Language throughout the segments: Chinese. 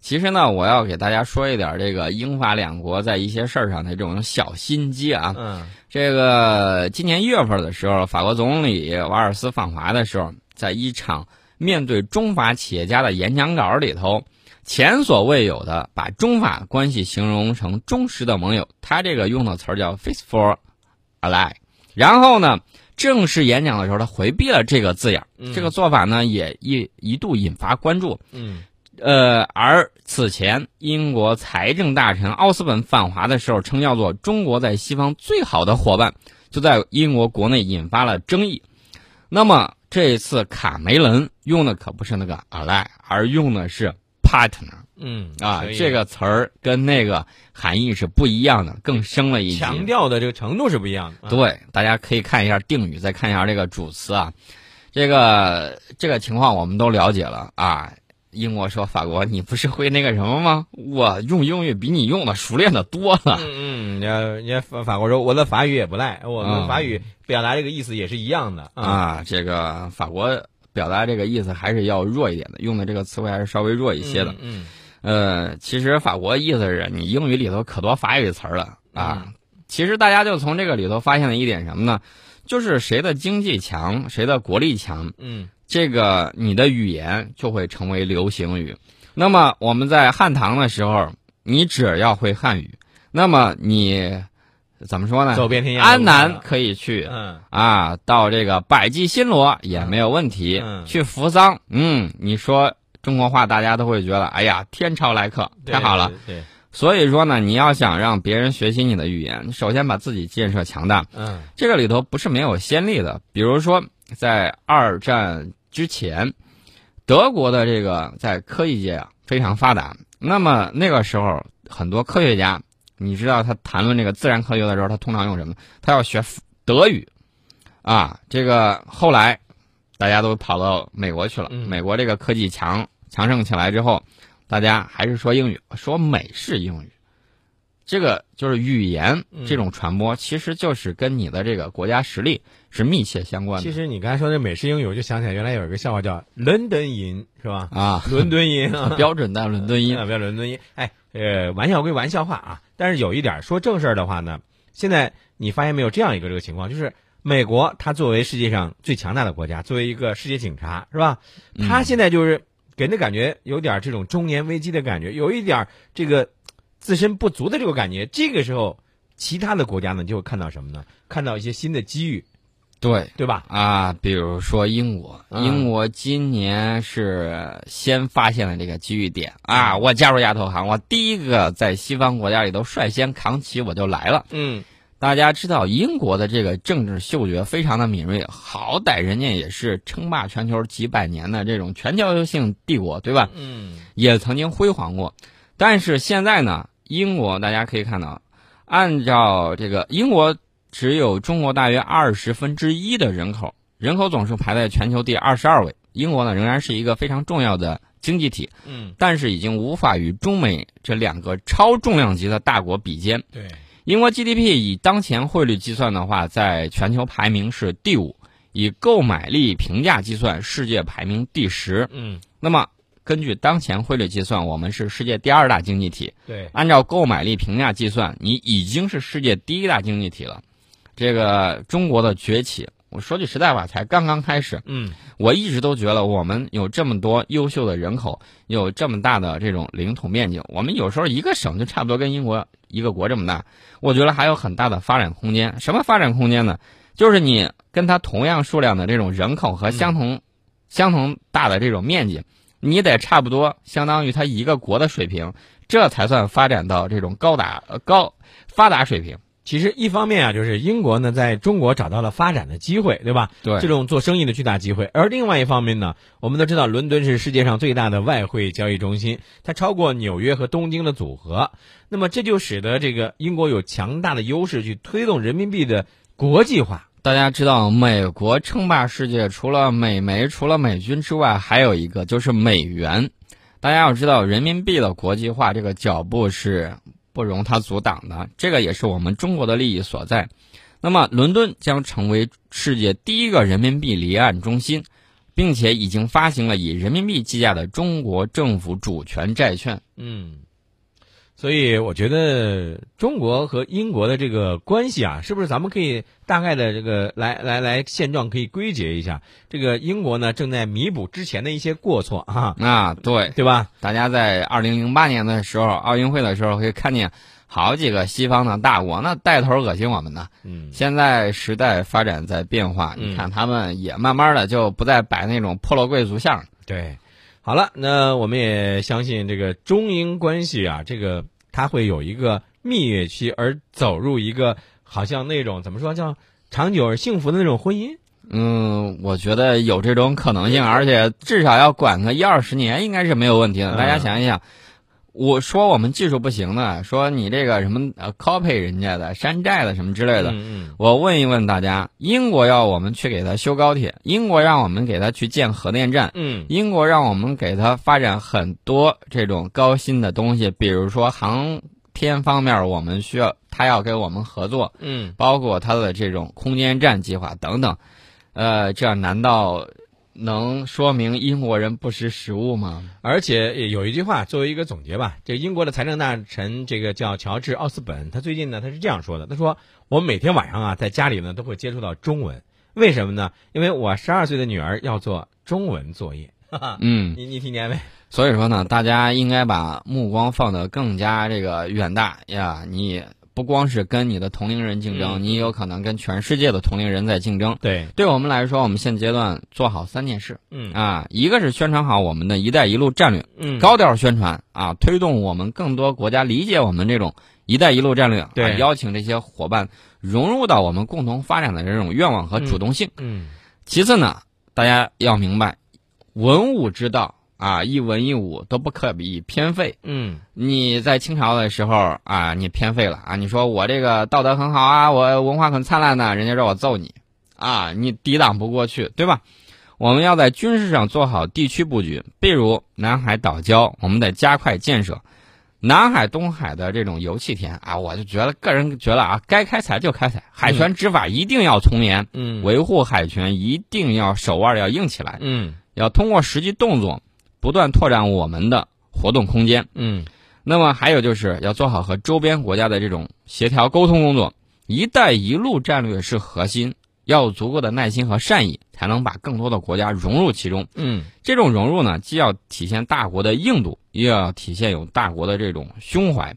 其实呢，我要给大家说一点这个英法两国在一些事儿上的这种小心机啊。嗯这个今年一月份的时候，法国总理瓦尔斯访华的时候，在一场面对中法企业家的演讲稿里头，前所未有的把中法关系形容成忠实的盟友，他这个用的词儿叫 “faithful ally”。然后呢，正式演讲的时候，他回避了这个字眼儿。嗯这个做法呢，也一一度引发关注。嗯呃，而此前英国财政大臣奥斯本访华的时候，称叫做中国在西方最好的伙伴，就在英国国内引发了争议。那么这次卡梅伦用的可不是那个 ally，而用的是 partner 嗯啊所，以这个词儿跟那个含义是不一样的，更深了一级。强调的这个程度是不一样的。啊，对，大家可以看一下定语，再看一下这个主词啊。这个这个情况我们都了解了啊。英国说法国，你不是会那个什么吗？我用英语比你用的熟练的多了。嗯嗯，人家人家法法国说我的法语也不赖，我啊们法语表达这个意思也是一样的啊。啊，这个法国表达这个意思还是要弱一点的，用的这个词汇还是稍微弱一些的。嗯，呃，其实法国意思是你英语里头可多法语词儿了啊。嗯其实大家就从这个里头发现了一点什么呢？就是谁的经济强，谁的国力强，嗯这个你的语言就会成为流行语。那么我们在汉唐的时候，你只要会汉语，那么你怎么说嗯，走呢？遍天涯。安南，可以去嗯啊，到这个百济新罗也没有问题。嗯去扶桑，嗯，你说中国话，大家都会觉得，哎呀，天朝来客，对太好了。，对，对所以说呢，你要想让别人学习你的语言，首先把自己建设强大。嗯这个里头不是没有先例的，比如说在二战之前，德国的这个在科技界啊非常发达。那么那个时候，很多科学家，你知道他谈论这个自然科学的时候，他通常用什么？他要学德语，啊，这个后来大家都跑到美国去了，嗯美国这个科技强强盛起来之后，大家还是说英语，说美式英语。这个就是语言嗯这种传播，其实就是跟你的这个国家实力是密切相关的。其实你刚才说那美式英语，我就想起来原来有一个笑话叫伦敦音，是吧？啊，伦敦音啊，标准的伦敦音啊，不要伦敦音。哎，呃，玩笑归玩笑话啊，但是有一点儿说正事儿的话呢，现在你发现没有这样一个这个情况，就是美国它作为世界上最强大的国家，作为一个世界警察，是吧？嗯它现在就是给人的感觉有点儿这种中年危机的感觉，有一点儿这个自身不足的这个感觉。这个时候，其他的国家呢就会看到什么呢？看到一些新的机遇，对对吧？啊，比如说英国，嗯英国今年是先发现了这个机遇点嗯啊！我加入亚投行，我第一个在西方国家里头率先扛旗，我就来了。嗯大家知道英国的这个政治嗅觉非常的敏锐，好歹人家也是称霸全球几百年的这种全球性帝国，对吧？嗯也曾经辉煌过。但是现在呢，英国大家可以看到，按照这个英国只有中国大约二十分之一的人口，人口总数排在全球第二十二位。英国呢仍然是一个非常重要的经济体，嗯，但是已经无法与中美这两个超重量级的大国比肩。对，英国 GDP 以当前汇率计算的话，在全球排名是第五；以购买力评价计算，世界排名第十。嗯那么，根据当前汇率计算，我们是世界第二大经济体。对，按照购买力评价计算，你已经是世界第一大经济体了。这个中国的崛起，我说句实在话，才刚刚开始。嗯我一直都觉得，我们有这么多优秀的人口，有这么大的这种领土面积，我们有时候一个省就差不多跟英国一个国这么大。我觉得还有很大的发展空间。什么发展空间呢？就是你跟它同样数量的这种人口和相同、相同大的这种面积，你得差不多相当于它一个国的水平，这才算发展到这种高达呃高发达水平。其实一方面啊，就是英国呢在中国找到了发展的机会，对吧？对这种做生意的巨大机会。而另外一方面呢，我们都知道伦敦是世界上最大的外汇交易中心，它超过纽约和东京的组合。那么这就使得这个英国有强大的优势去推动人民币的国际化。大家知道，美国称霸世界，除了美媒、除了美军之外，还有一个就是美元。大家要知道，人民币的国际化这个脚步是不容它阻挡的，这个也是我们中国的利益所在。那么，伦敦将成为世界第一个人民币离岸中心，并且已经发行了以人民币计价的中国政府主权债券。嗯，所以我觉得中国和英国的这个关系啊，是不是咱们可以大概的这个来来来现状可以归结一下？这个英国呢正在弥补之前的一些过错啊， 啊，对，对吧？大家在二零零八年的时候，奥运会的时候可以看见好几个西方的大国，那带头恶心我们呢。嗯，现在时代发展在变化，嗯你看他们也慢慢的就不再摆那种破落贵族相了。对。好了，那我们也相信这个中英关系啊，这个它会有一个蜜月期，而走入一个好像那种怎么说叫长久而幸福的那种婚姻。嗯，我觉得有这种可能性，而且至少要管个一二十年，应该是没有问题的。嗯大家想一想，我说我们技术不行的，说你这个什么呃 copy 人家的、山寨的什么之类的，嗯我问一问大家，英国要我们去给他修高铁，英国让我们给他去建核电站，嗯英国让我们给他发展很多这种高新的东西，比如说航天方面，我们需要他要给我们合作，嗯包括它的这种空间站计划等等，呃，这难道能说明英国人不识时务吗？嗯，而且也有一句话作为一个总结吧，这英国的财政大臣这个叫乔治·奥斯本，他最近呢他是这样说的，他说我每天晚上啊在家里呢都会接触到中文，为什么呢？因为我十二岁的女儿要做中文作业，哈哈，嗯，你你听见没？所以说呢，大家应该把目光放得更加这个远大呀，你。不光是跟你的同龄人竞争，嗯你有可能跟全世界的同龄人在竞争。对，对我们来说，我们现阶段做好三件事嗯啊，一个是宣传好我们的一带一路战略，嗯，高调宣传啊，推动我们更多国家理解我们这种“一带一路”战略，对啊，邀请这些伙伴融入到我们共同发展的这种愿望和主动性。嗯其次呢，大家要明白，文武之道啊，一文一武都不可以偏废。嗯你在清朝的时候啊，你偏废了啊，你说我这个道德很好啊，我文化很灿烂呢、人家让我揍你啊，你抵挡不过去，对吧？我们要在军事上做好地区布局，比如南海岛礁，我们得加快建设。南海、东海的这种油气田啊，我就觉得个人觉得啊，该开采就开采，海权执法一定要从严，嗯维护海权一定要手腕要硬起来，嗯要通过实际动作不断拓展我们的活动空间。嗯那么还有就是要做好和周边国家的这种协调沟通工作。“一带一路”战略是核心，要有足够的耐心和善意，才能把更多的国家融入其中。嗯这种融入呢，既要体现大国的硬度，又要体现有大国的这种胸怀。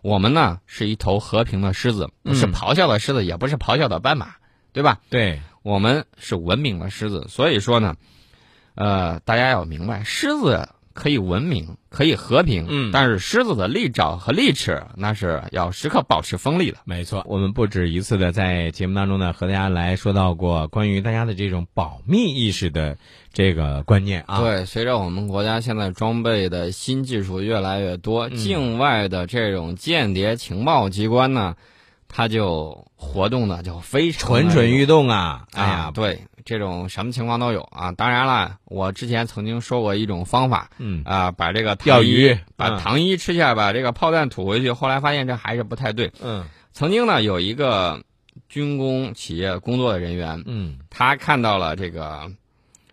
我们呢是一头和平的狮子，不是嗯咆哮的狮子，也不是咆哮的斑马，对吧？对，我们是文明的狮子，所以说呢，呃，大家要明白，狮子可以文明，可以和平，嗯但是狮子的利爪和利齿那是要时刻保持锋利的。没错，我们不止一次的在节目当中呢，和大家来说到过关于大家的这种保密意识的这个观念啊。，对，随着我们国家现在装备的新技术越来越多，境外的这种间谍情报机关呢，它就活动的就非常蠢地蠢欲动啊！哎啊呀，，对，这种什么情况都有啊。当然了，我之前曾经说过一种方法，嗯啊、把这个钓糖衣鱼把嗯糖衣吃下，把这个炮弹吐回去。后来发现这还是不太对。嗯曾经呢，有一个军工企业工作的人员，嗯他看到了这个，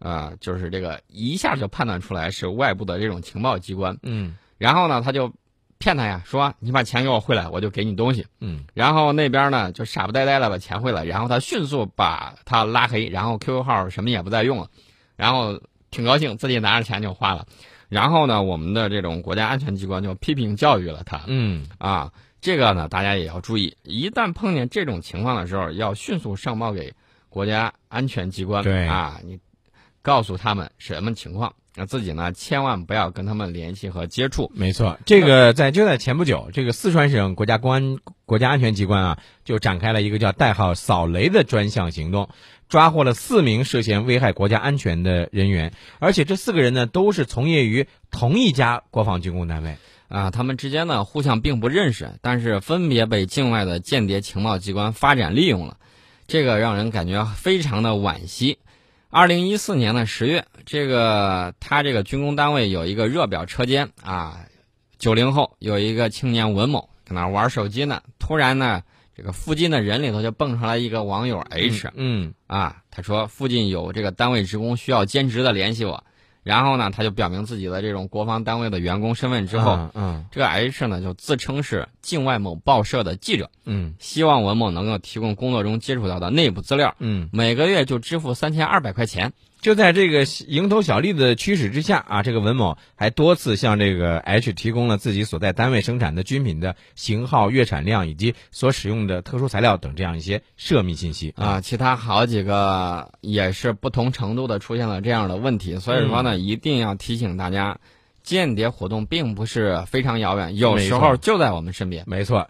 呃，就是这个一下就判断出来是外部的这种情报机关，嗯然后呢，他就骗他呀，说你把钱给我汇来，我就给你东西。嗯然后那边呢就傻不呆呆的把钱汇了，然后他迅速把他拉黑，然后 QQ 号什么也不再用了，然后挺高兴，自己拿着钱就花了。然后呢，我们的这种国家安全机关就批评教育了他嗯，啊，这个呢大家也要注意，一旦碰见这种情况的时候，要迅速上报给国家安全机关，对啊，你告诉他们什么情况，那自己呢千万不要跟他们联系和接触。没错。这个在就在前不久，这个四川省国家公安国家安全机关啊，就展开了一个叫代号“扫雷”的专项行动，抓获了四名涉嫌危害国家安全的人员，而且这四个人呢，都是从业于同一家国防军工单位。啊，他们之间呢互相并不认识，但是分别被境外的间谍情报机关发展利用了，这个让人感觉非常的惋惜。二零一四年的十月，这个他这个军工单位有一个热表车间啊，九零后有一个青年文某在那玩手机呢，突然呢这个附近的人里头就蹦出来一个网友 H，、嗯啊，他说附近有这个单位职工需要兼职的联系我，然后呢，他就表明自己的这种国防单位的员工身份之后，嗯嗯这个 H 呢就自称是境外某报社的记者，嗯希望文某能够提供工作中接触到的内部资料，嗯，每个月就支付三千二百块钱。就在这个蝇头小利的驱使之下啊，这个文某还多次向这个 H 提供了自己所在单位生产的军品的型号、月产量以及所使用的特殊材料等这样一些涉密信息啊，其他好几个也是不同程度的出现了这样的问题，所以说呢，嗯一定要提醒大家，间谍活动并不是非常遥远，有没时错候就在我们身边。没错，